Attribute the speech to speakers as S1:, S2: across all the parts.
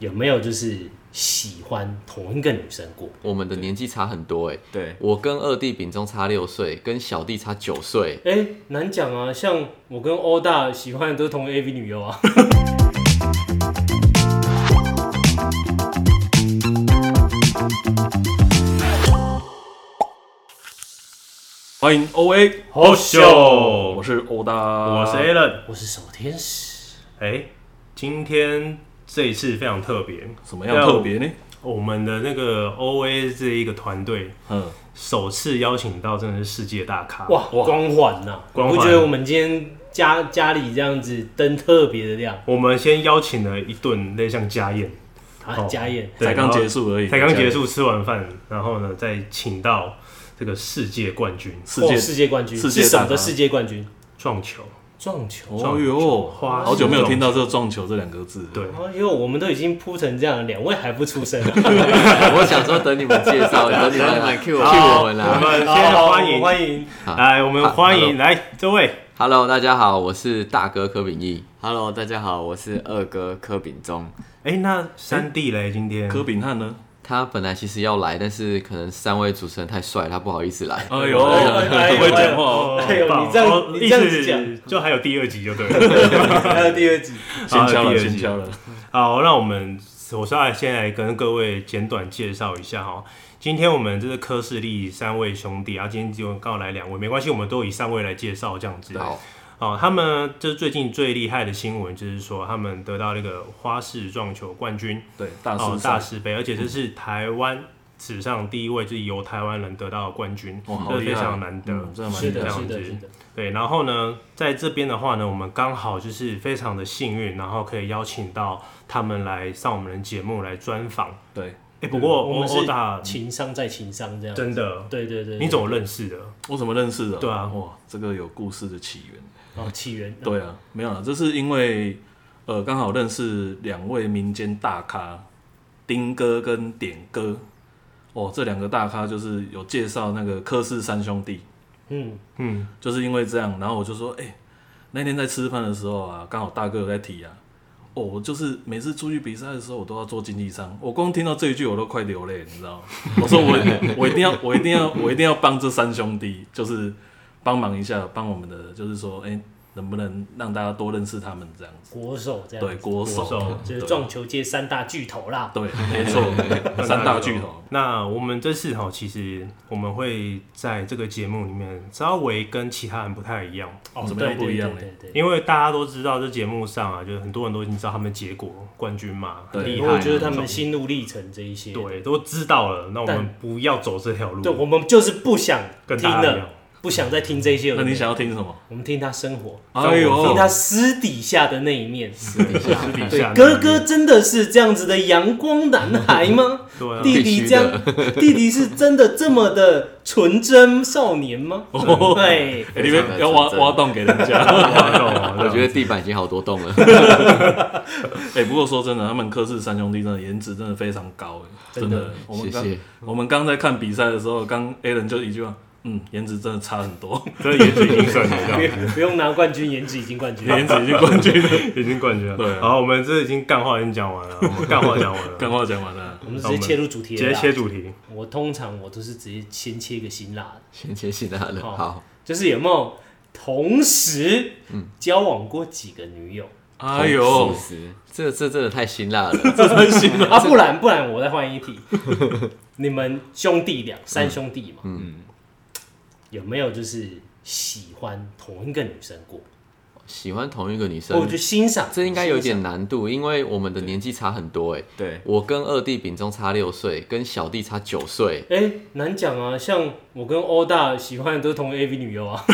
S1: 有没有就是喜欢同一个女生过？
S2: 我们的年纪差很多哎、
S3: 对，
S2: 我跟二弟秉忠差六岁，跟小弟差九岁。
S1: 哎、难讲啊，像我跟欧大喜欢的都是同 AV 女优啊。
S3: 欢迎 O A
S1: 好秀
S3: 我是欧大，
S4: 我
S3: 啊
S4: 是 Alan。
S1: 我是守天使，
S4: 哎、今天这一次非常特别，
S3: 什么样特别呢？
S4: 我们的那个 OA 这一个团队
S3: 嗯，
S4: 首次邀请到真的是世界大咖，
S1: 哇，
S3: 哇
S1: 光环呐、
S4: 光环
S1: 你不觉得我们今天家家里这样子灯特别的亮
S4: 我们先邀请了一顿类似像家宴，
S1: 啊？
S4: 哦
S1: 家宴，
S4: 对
S3: 才刚结，束而已，
S4: 然后才刚结，束，吃完饭，然后呢再请到这个世界冠军
S3: 世
S1: 哦
S3: 界
S1: 世界冠军
S3: 世界
S1: 是什么
S3: 大
S1: 的
S3: 拿
S1: 世界冠军？
S4: 撞球，
S1: 撞球。
S3: 哦哟，
S4: 花
S3: 好久没有听到这“撞球”这两个字。
S4: 对，
S1: 哦，因为我们都已经铺成这样了，两位还不出声、啊。
S2: 我想说等你们介绍，等你们来 Q 我 Q 我们
S4: 我
S2: 啦。
S4: 们先
S1: 好
S4: 欢迎哎
S1: 我欢迎，
S2: 好
S4: 来，我们
S2: 好
S4: 欢迎来这位
S2: Hello，大家好，我是大哥柯秉义。
S5: Hello，大家好，我是二哥柯秉忠。
S4: 哎、那三弟嘞，今天
S3: 柯秉汉呢？
S2: 他本来其实要来，但是可能三位主持人太帅，他不好意思来。
S3: 哎呦，
S1: 哎
S3: 很
S1: 呦
S3: 会讲话哦，
S1: 哎呦
S4: 棒
S1: 你这样
S4: 哦
S1: 你
S4: 意
S1: 这样
S4: 思
S1: 子讲
S4: 就还有第二集就对了。
S1: 还有第二集，
S3: 先敲了，
S4: 好第二集
S3: 先敲了。
S4: 好，那我们我是来先来跟各位简短介绍一下哈。今天我们这是科士力三位兄弟，啊，今天就刚好来两位，没关系，我们都以三位来介绍这样子。
S2: 好，
S4: 哦，他们就是最近最厉害的新闻，就是说他们得到那个花式撞球冠军，
S3: 对，大
S4: 哦
S3: 叔，
S4: 大师杯，而且这是台湾史上第一位，就是由台湾人得到的冠军，
S3: 哇，好
S4: 这是
S3: 厉
S4: 非
S3: 害，
S4: 常难得。
S3: 嗯真的蛮
S1: 是
S3: 厉
S1: 的，
S3: 害
S4: 这
S3: 的。
S4: 样
S1: 是的，
S4: 子
S1: 是的。
S4: 对，然后呢，在这边的话呢，我们刚好就是非常的幸运，然后可以邀请到他们来上我们的节目来专访。
S3: 对，
S4: 哎、不过
S1: 我
S4: 欧
S1: 们
S4: 欧
S1: 是
S4: 大
S1: 情商在情商这样。
S4: 真的，
S1: 对对对，
S4: 你
S1: 总
S4: 怎么认识的？
S3: 我怎么认识的？
S4: 对啊
S3: 哇，这个有故事的起源。
S1: 哦起源
S3: 对啊，没有啊，这是因为呃，刚好认识两位民间大咖，丁哥跟点哥。哦，这两个大咖就是有介绍那个柯氏三兄弟，
S1: 嗯，
S4: 嗯，
S3: 就是因为这样，然后我就说，哎、那天在吃饭的时候啊，刚好大哥有在提啊，哦，我就是每次出去比赛的时候，我都要做经济舱，我光听到这一句我都快流泪，你知道吗？ 我说我我一定要我一定要我一定要帮这三兄弟，就是帮忙一下，帮我们的，就是说，哎、能不能让大家多认识他们这样子？
S1: 国手这样。
S3: 对，，国手，
S4: 国手
S1: 就是
S3: 对
S1: 撞球界三大巨头啦。
S3: 对，没错，三大巨 头。
S4: 那我们这次哈，其实我们会在这个节目里面稍微跟其他人不太一样，
S1: 哦
S3: 怎么样
S1: 对
S3: 不一样呢
S1: 对对对对
S4: 因为大家都知道这节目上啊，就是很多人都已经知道他们的结果冠军嘛，
S3: 对
S4: 很
S3: 啊
S4: 厉
S1: 因为我
S4: 害，
S1: 觉得他们心路历程这一些，
S4: 对都知道了，那我们
S1: 但
S4: 不要走这条路，
S1: 对，我们就是不想
S4: 跟
S1: 听
S4: 大家一样
S1: 了，不想再听这些有的
S3: 那
S1: 没的。
S3: 你想要听什么？
S1: 我们听他生活，
S3: 哎
S1: 听
S3: 呦，嗯
S1: 他私底下的那一面。
S4: 私底
S1: 对
S3: 啊
S4: 下，
S1: 哥哥真的是这样子的阳光男孩 吗？
S4: 对啊，
S1: 弟弟这样， 弟弟是真的这么的纯真少年吗？对，
S3: 哎你们要挖挖洞给人家。
S4: 挖洞啊
S2: 我
S4: 这
S2: 觉得
S4: 样
S2: 地板已经好多洞了。
S3: 哎、不过说真的，他们柯氏三兄弟真的颜值真的非常高，哎，真的。我们
S2: 谢
S3: 刚
S2: 谢。
S3: 我们刚在看比赛的时候，刚 A 人就一句话，嗯，颜值真的差很多，
S4: 这也是精神，你知
S1: 不
S4: 道吗？
S1: 用不用拿冠军，颜值已经冠军了。
S3: 颜值已经冠军了。
S4: 已经冠军了。
S3: 对
S4: 好，我们这已经干话已经讲完 了，我们干话讲完了，
S3: 干话讲完了，
S1: 我们直接切入主题
S4: 直
S1: 了
S4: 接
S1: 啦。
S4: 切主题。
S1: 我通常我都是直接先切一个辛辣的，
S2: 先切醒他了。
S1: 好
S2: 好，
S1: 就是有没有同时交往过几个女 友、
S3: 哎呦
S5: 同，时
S2: 这这真的太辛辣了。
S1: 啊？不然不然我再换一 题，你们兄弟俩三兄弟嘛，
S2: 嗯
S1: 有没有就是喜欢同一个女生过？
S2: 喜欢同一个女生
S1: 我，就欣赏，
S2: 这应该有
S1: 欣赏
S2: 点难度，因为我们的年纪差很多哎、
S5: 对，
S2: 我跟二弟秉忠差六岁，跟小弟差 九岁。
S1: 哎、难讲啊，像我跟欧大喜欢的都是同 AV 女优啊，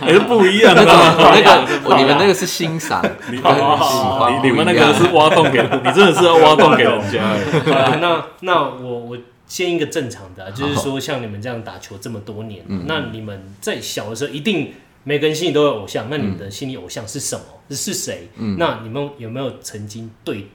S3: 还是不一 样的。
S2: 那个我你们那个是欣赏，
S3: 你
S2: 跟喜欢
S3: 你你们
S2: 不
S3: 那
S2: 一
S3: 个
S2: 样
S3: 是挖洞给，你真的是要挖洞给人 家。哎
S1: 好啦那那我我先一个正常的啊、就是说像你们这样打球这么多年，那你们在小的时候一定每个人心里都有偶像，那你们的心理偶像是什么？是谁？那你们有没有曾经对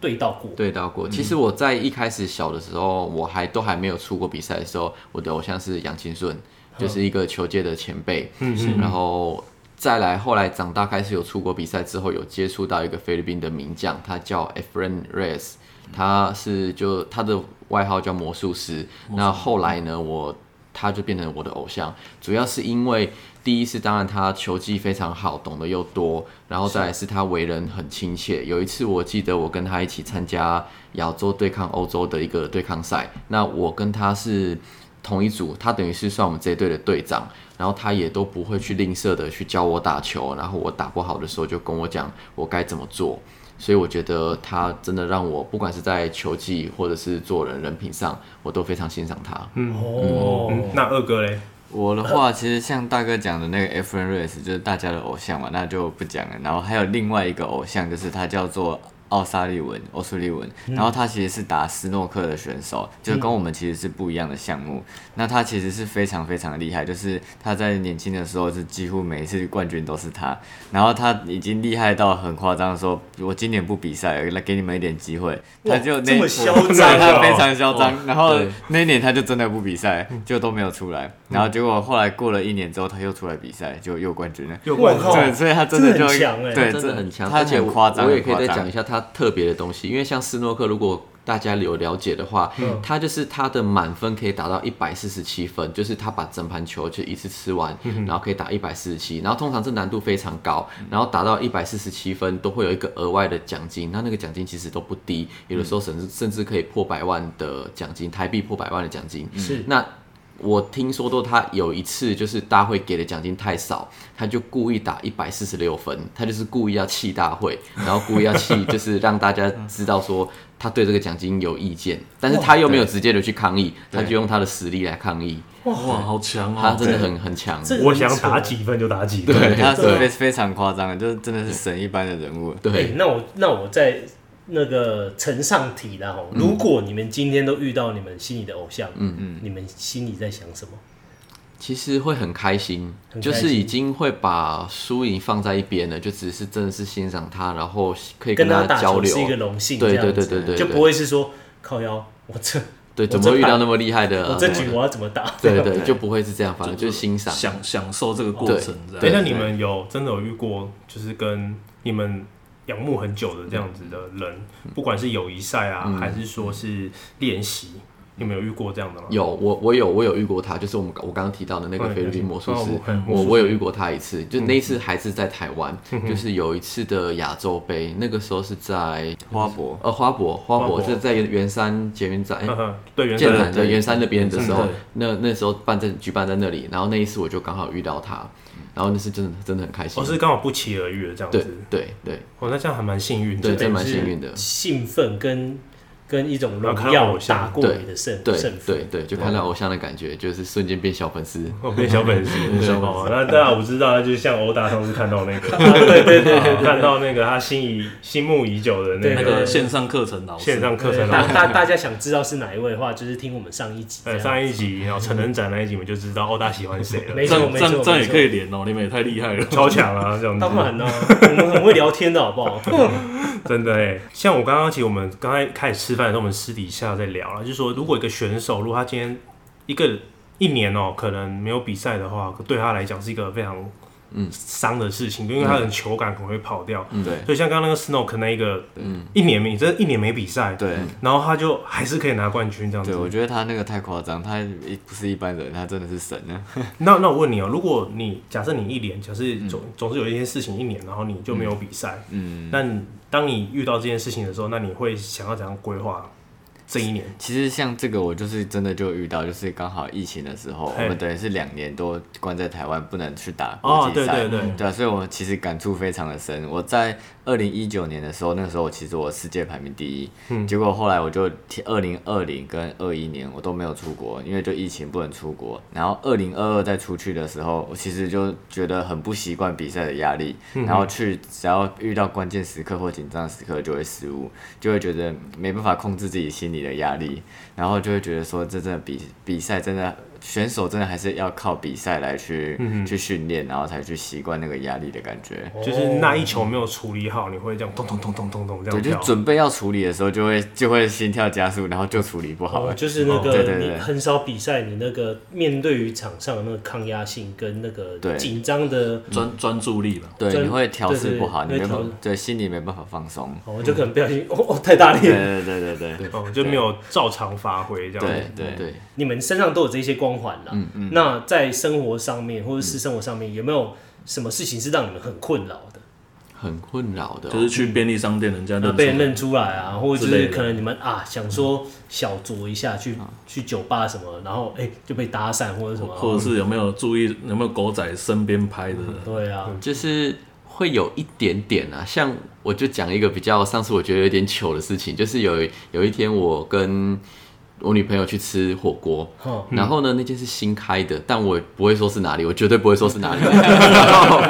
S1: 对到过？
S2: 对到过。嗯其实我在一开始小的时候，我还都还没有出过比赛的嗯时候，我的偶像是杨清顺，就是一个球界的前辈。嗯，然后再来，后来长大开始有出国比赛之后，有接触到一个菲律宾的名将，他叫 Efren Reyes，他是就他的外号叫魔术师。那后来呢，我他就变成我的偶像，主要是因为第一是当然他球技非常好，懂得又多，然后再来是他为人很亲切。有一次我记得我跟他一起参加亚洲对抗欧洲的一个对抗赛，那我跟他是同一组，他等于是算我们这一队的队长，然后他也都不会去吝啬的去教我打球，然后我打不好的时候就跟我讲我该怎么做。所以我觉得他真的让我，不管是在球技或者是做人人品上，我都非常欣赏他。
S1: 哦，
S4: 嗯，那二哥嘞，
S5: 我的话，其实像大哥讲的那个 Efren Reyes 就是大家的偶像嘛，那就不讲了。然后还有另外一个偶像，就是他叫做奥萨利文、欧苏利文，然后他其实是打斯诺克的选手，就是跟我们其实是不一样的项目。那他其实是非常非常厉害，就是他在年轻的时候是几乎每一次冠军都是他，然后他已经厉害到很夸张，说我今年不比赛了，来给你们一点机会，
S1: 哇
S4: 嗯
S5: 他就
S1: 这
S5: 那
S1: 么嚣张啊
S5: 对他
S4: 哦
S5: 非常嚣张。然后
S2: 对嗯
S5: 那一年他就真的不比赛，就都没有出来。然后结果后来过了一年之后，他又出来比赛，就又冠军了。
S4: 又冠
S1: 哇
S4: 军，
S5: 对，所以他真的
S1: 这
S5: 就
S1: 很强欸
S5: 对，
S2: 嗯真的很强，
S5: 他
S2: 而且
S5: 很
S2: 我
S5: 夸张，
S2: 我也可以再
S5: 很夸张
S2: 讲一下他特别的东西，因为像斯诺克，如果大家有了解的话，他就是他的满分可以达到一百四十七分，就是他把整盘球就一次吃完，然后可以打一百四十七，然后通常这难度非常高，然后达到一百四十七分都会有一个额外的奖金，那那个奖金其实都不低，有的时候甚至甚至可以破百万的奖金，台币破百万的奖金，
S4: 嗯
S1: 是
S2: 那我听说过他有一次就是大会给的奖金太少，他就故意打一百四十六分，他就是故意要气大会，然后故意要气，就是让大家知道说他对这个奖金有意见，但是他又没有直接的去抗议，他就用他的实力来抗议，
S3: 哇，好强
S2: 他
S3: 哦！
S2: 真的很很强。
S1: 这
S4: 我想打几分就打几分，
S2: 对
S5: 他是
S2: 对
S5: 非非常夸张的，就是真的是神一般的人物。
S1: 欸
S2: 对，
S1: 那我那我在那个呈上题啦吼，如果你们今天都遇到你们心里的偶像，嗯嗯，你们心里在想什么？
S2: 其实会很开心，
S1: 很开心
S2: 就是已经会把输赢放在一边了，就只是真的是欣赏他，然后可以
S1: 跟
S2: 他
S1: 打
S2: 交
S1: 球
S2: 流
S1: 是一。个荣幸，
S2: 对
S1: 这样
S2: 对
S1: 子
S2: 对对对，
S1: 就不会是说靠腰，我这
S2: 对，
S1: 我这
S2: 怎么会遇
S1: 盘
S2: 到那么厉害的？
S1: 我
S2: 啊
S1: 这
S2: 什么
S1: 局
S2: 的
S1: 我要怎么打？
S2: 对对，就不会是这样，反正
S3: 就
S2: 就是欣赏。
S3: 享享受这个过程，这样
S2: 对
S4: 对，哎那你们有真的有遇过，就是跟你们仰慕很久的这样子的人，不管是友谊赛
S2: 嗯
S4: 啊，还是说是练习，你们有遇过这样的吗？
S2: 有我我有我有遇过他，就是我们我刚刚提到的那个
S4: 嗯
S2: 菲律宾魔术师
S4: 嗯嗯，
S2: 我我有遇过他一次，就那一次还是在台湾，就是有一次的亚洲杯，那个时候是在
S5: 花博，
S2: 呃花博花
S4: 花博
S2: 博是在圆山捷运站。哎
S4: 呵呵嗯对，原
S2: 建
S4: 来
S2: 南的圆山那边的时候
S3: 对，
S2: 那那时候办在举办在那里，然后那一次我就刚好遇到他，然后那次真的真的很开心
S4: 我。哦是刚好不期而遇的这样
S2: 对
S4: 子，
S2: 对对
S4: 哦，那这样还蛮幸运
S2: 对，
S4: 的。
S2: 这蛮幸运的。
S1: 兴奋跟跟一种
S4: 然后
S1: 荣
S4: 啊看到
S1: 耀
S4: 偶像
S1: 打过你的胜
S2: 对
S1: 胜负，
S2: 对对，就看到偶像的感觉，就是瞬间变小粉丝。
S4: 我 变小粉丝，哦，那当然我知道，那就像欧大上次看到那个，
S1: 啊
S4: 对 对对，看到那个他心仪心目已久的那
S3: 那
S4: 个
S3: 个线上课程老师，
S4: 线上课程老
S1: 大
S4: 师。
S1: 大大家想知道是哪一位的话，就是听我们上一集这
S4: 呃，
S1: 样。
S4: 上一集然后成人展那一集，我们就知道欧大喜欢谁 了，
S1: 没
S3: 这
S1: 错
S3: 样
S1: 没
S3: 这
S1: 错
S3: 样这样也
S1: 没错
S3: 可以连哦，你们也太厉害了。
S4: 超强啊，这样子。
S1: 当然了，我们很会聊天的好不 好？
S4: 真的哎，像我刚刚其实我们刚才开始吃饭的时候，我们私底下在聊了，就是说如果一个选手，如果他今天一个一年哦、可能没有比赛的话，对他来讲是一个非常嗯伤的事情，因为他的球感可能会跑掉。
S2: 嗯
S5: 对
S4: 所以像刚刚那个 Snow 可能一个一年没，真的一年没比赛，
S5: 嗯对
S2: 嗯
S4: 然后他就还是可以拿冠军这样
S5: 对，我
S4: 子。
S5: 觉得他那个太夸张，他一不是一般人，他真的是神啊呢。
S4: 那那我问你哦、如果你假设你一年，假设
S5: 嗯
S4: 总、总是有一些事情一年，然后你就没有比赛，嗯，那你当你遇到这件事情的时候，那你会想要怎样规划这一年？
S5: 其实像这个，我就是真的就遇到，就是刚好疫情的时候，
S4: 嘿
S5: 我们等于是两年多关在台湾，不能去打国
S4: 哦，
S5: 际
S4: 对
S5: 赛。
S4: 对对，
S5: 对啊，所以我其实感触非常的深。我在二零一九年的时候，那时候其实我世界排名第一，结果后来我就二零二零跟二一年我都没有出国，因为就疫情不能出国。然后二零二二再出去的时候，我其实就觉得很不习惯比赛的压力，然后去只要遇到关键时刻或紧张的时刻就会失误，就会觉得没办法控制自己心里的压力，然后就会觉得说这真的比比赛真的选手真的还是要靠比赛来去、去训练，然后才去习惯那个压力的感觉。
S4: 就是那一球没有处理好，你会这样咚咚咚咚咚咚这
S5: 对，
S4: 样
S5: 就
S4: 跳。
S5: 准备要处理的时候，就会就会心跳加速，然后就处理不 好
S1: 哦，
S5: 了。
S1: 就是那
S5: 哦对对
S1: 个
S5: 对
S1: 你很少比赛，你那个面对于场上的那个抗压性跟那个
S5: 对
S1: 紧张的，
S3: 专专注力吧。
S5: 对，
S1: 真
S5: 你会调试不好，你
S1: 对
S5: 没
S1: 对
S5: 办
S1: 会
S5: 法
S1: 调，
S5: 对，心里没办法放松。
S1: 哦，就可能不小心，哦哦，太大力
S5: 对
S1: 了。
S5: 对对对对
S4: 哦，就没有照常发挥这样。
S5: 对对对，
S2: 对，
S1: 你们身上都有这些光环啦。
S2: 嗯
S1: 那在生活上面或者私生活上面，有没有什么事情是让你们很困扰的？
S2: 很困扰的哦、
S3: 就是去便利商店，人家
S1: 那
S2: 嗯
S3: 认
S1: 呃被人
S3: 出来
S1: 认出来啊，或者就
S3: 之类
S1: 是
S3: 的
S1: 可能你们啊想说小酌一下，
S2: 嗯
S1: 去去酒吧什么，然后哎、就被搭讪或者什么，
S2: 嗯
S3: 或者是有没有注意有没有狗仔身边拍的？
S1: 对啊，
S2: 就是会有一点点啊，像我就讲一个比较上次我觉得有点糗的事情，就是有有一天我跟我女朋友去吃火锅，
S1: 哼，
S2: 然后呢那间是新开的，但我不会说是哪里，我绝对不会说是哪里。然后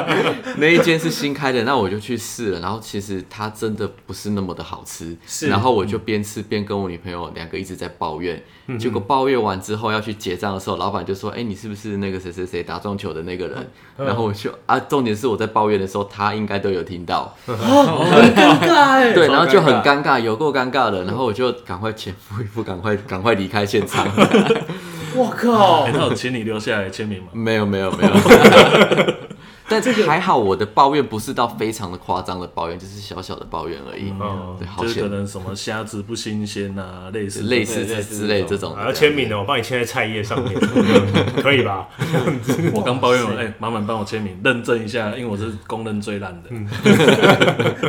S2: 那一间是新开的，那我就去试了，然后其实它真的不是那么的好吃，
S1: 是
S2: 然后我就边吃边跟我女朋友两个一直在抱怨，结果抱怨完之后要去结账的时候，老板就说：“哎、你是不是那个谁谁谁打撞球的那个人？”然后我就啊，重点是我在抱怨的时候，他应该都有听到， 对，然后就很尴尬，有够尴尬的，然后我就赶快钱付一付，赶快赶快离开现场。嗯
S1: 我 靠
S3: 哎，，他有请你留下来签名吗？
S2: 没有没有没有， 但是还好我的抱怨不是到非常的夸张的抱怨，就是小小的抱怨而已。
S4: 哦
S2: 嗯对，好
S3: 嗯就是可
S2: 险，
S3: 能什么虾子不新鲜啊，类似
S2: 类似
S5: 对
S2: 这
S5: 类似
S2: 之类这
S5: 这
S2: 种
S4: 还啊要签名的，我帮你签在菜叶上 面，可以吧？
S3: 我刚抱怨完，哎、麻烦帮我签名，认证一下，因为我是公认最烂的。
S2: 嗯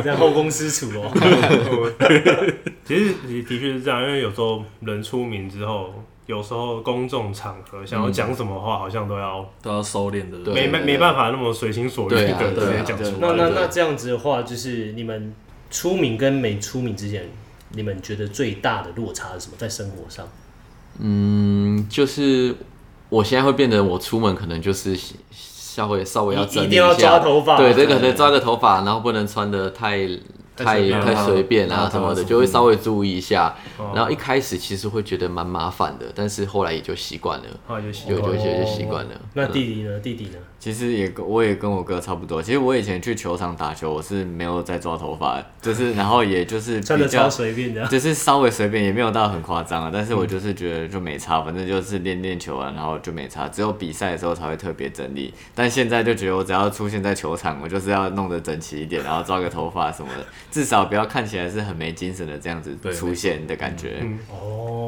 S1: 在后宫私处 哦，
S4: 其实的的确是这样，因为有时候人出名之后，有时候公众场合想要讲什么话，好像都要
S3: 都要收敛的。
S2: 对
S4: 没没没办法那么随心所欲
S2: 对啊
S4: 的直
S2: 对
S4: 接
S2: 啊
S4: 讲出
S1: 那
S4: 来。
S1: 那那这样子的话，就是你们出名跟没出名之前，你们觉得最大的落差是什么？在生活上，
S2: 嗯，就是我现在会变得我出门可能就是稍微稍微要
S1: 一
S2: 整
S1: 一
S2: 理
S1: 定要
S2: 一
S1: 抓
S2: 下，
S1: 头发，
S2: 对，这个得抓个头发，然后不能穿的太。
S1: 太随便
S2: 太太随便
S3: 然
S2: 啊
S3: 后
S2: 什么
S3: 然
S2: 的，
S3: 后
S2: 就会稍微注意一下。然后一开始其实会觉得蛮麻烦的，但是后来也就习惯了，
S4: 后来就习
S2: 就
S4: 惯
S2: 就
S4: 了。
S2: 就就习惯了。
S1: 哦那弟弟呢？弟弟呢？
S5: 其实也跟我也跟我哥差不多。其实我以前去球场打球，我是没有在抓头发，就是 然后也就是
S1: 穿的
S5: 比
S1: 超
S5: 较。
S1: 随便的，
S5: 就是稍微随便，也没有到很夸张啊，但是我就是觉得就没差，反正就是练练球啊，然后就没差。只有比赛的时候才会特别整理，但现在就觉得我只要出现在球场，我就是要弄得整齐一点，然后抓个头发什么 的，至少不要看起来是很没嗯精神的这样子
S3: 对
S5: 出现的感觉。
S1: 哦，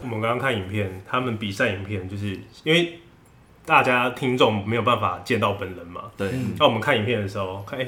S4: 我们刚刚看影片，他们比赛影片，就是因为大家听众没有办法见到本人嘛，
S3: 对，
S4: 那我们看影片的时候，看哎，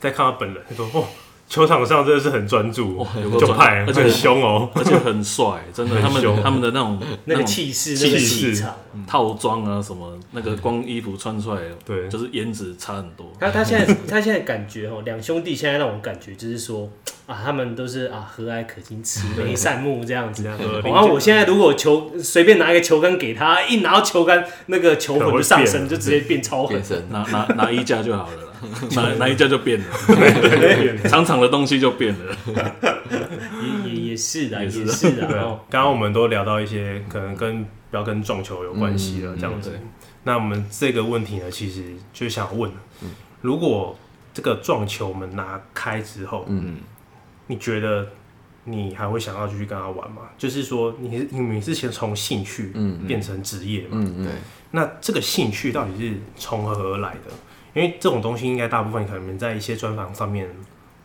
S4: 再看到本人，说哦，球场上真的是很专注哦
S3: 有，够
S4: 就
S3: 专
S4: 派
S3: 而且
S4: 很凶哦。
S3: 而且很帅，真的，他们他们的那种
S1: 那个
S3: 种
S1: 气势，那个气
S4: 气势
S1: 场。
S2: 嗯
S3: 套装啊什么，那个光衣服穿出来，
S4: 对
S3: 就是颜值差很多。
S1: 他他现在 他现在感觉哦，两兄弟现在让我感觉就是说啊，他们都是啊和蔼可亲、慈眉善目这样子。
S4: 人家
S1: 哦
S4: 说
S1: 然后我现在如果球随便拿一个球杆给他，一拿到球杆，那个球魂就上
S4: 可能
S1: 升，
S4: 会变
S1: 就直接变超狠
S2: 变。身，
S3: 拿拿拿衣架就好 了啦，拿拿衣架就变了， 长长的东西就变 了。
S1: 也也也是的，也
S3: 也是
S1: 是
S3: 的
S1: 的。
S4: 对，啊
S1: 哦，
S4: 刚刚我们都聊到一些可能跟不要跟撞球有关系
S2: 嗯
S4: 的这样子。那我们这个问题呢，其实就想问，
S2: 嗯
S4: 如果这个撞球门拿开之后，
S2: 嗯，
S4: 你觉得你还会想要继续跟他玩吗？就是说你，你你之前从兴趣
S2: 嗯
S4: 变成职业嘛，
S2: 嗯嗯，
S5: 对，
S4: 那这个兴趣到底是从何而来的？因为这种东西应该大部分可能在一些专访上面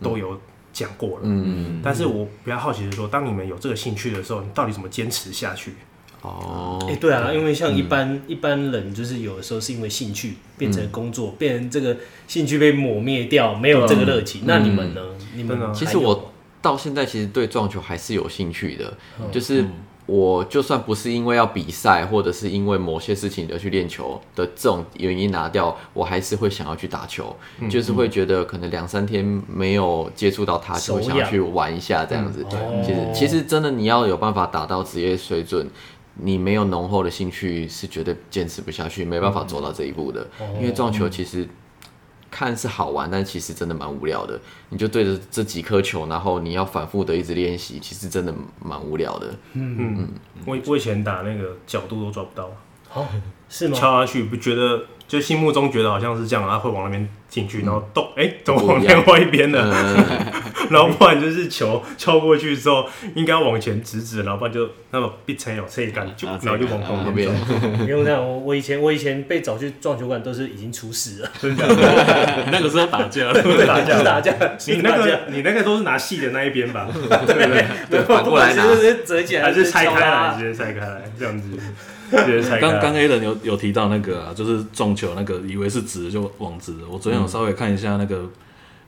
S4: 都有讲过了，
S2: 嗯，
S4: 但是我比较好奇的是说，当你们有这个兴趣的时候，你到底怎么坚持下去？
S2: 哦，
S1: 哎，对啊，因为像一般一般人，就是有的时候是因为兴趣变成工作，变成这个兴趣被抹灭掉，没有这个热情。那你们呢？你们
S4: 真的啊
S2: 其实
S1: 还有
S2: 我到现在其实对撞球还是有兴趣的，
S1: 嗯
S2: 就是我就算不是因为要比赛，或者是因为某些事情而去练球的这种原因拿掉，我还是会想要去打球，
S1: 嗯
S2: 就是会觉得可能两三天没有接触到它，就
S1: 手
S2: 会
S1: 痒
S2: 想要去玩一下这样子。
S1: 嗯
S2: 其实
S1: 哦
S2: 其实真的你要有办法达到职业水准。你没有浓厚的兴趣，是绝对坚持不下去，没办法走到这一步的。因为撞球其实看似好玩，但其实真的蛮无聊的。你就对着这几颗球，然后你要反复的一直练习，其实真的蛮无聊的。
S4: 嗯我我以前打那个角度都抓不到，
S1: 哦，是吗？
S4: 敲下去，不觉得就心目中觉得好像是这样，然后啊会往那边进去，然后咚，哎、怎么往
S2: 嗯不一
S4: 另
S2: 样
S4: 外一边了？
S2: 呃，
S4: 然后不然就是球敲过去之后，应该往前直直，然后不然就那么变成有这一杆，就
S2: 啊
S5: 然
S4: 然
S5: 后
S4: 后就往
S2: 旁
S4: 旁边
S2: 边
S4: 走。
S1: 不用这样，我我以前我以前被找去撞球馆都是已经出事了，
S3: 那个是要打架，
S4: 打架
S1: 是打架，
S4: 你
S1: 是
S4: 那
S1: 打架，
S4: 个你那个都是拿细的那一 边吧，对不对？
S2: 对，反过来拿，
S1: 直接折起来，
S2: 啊
S4: 还是拆开来，
S1: 了。
S4: 直接拆开来，这样 子，直接
S2: 啊
S4: 拆开
S3: 刚刚
S4: 来。
S3: A 人有有提到那个啊，就是撞球那个，以为是直的就往直的。我昨天
S2: 嗯
S3: 有稍微看一下那个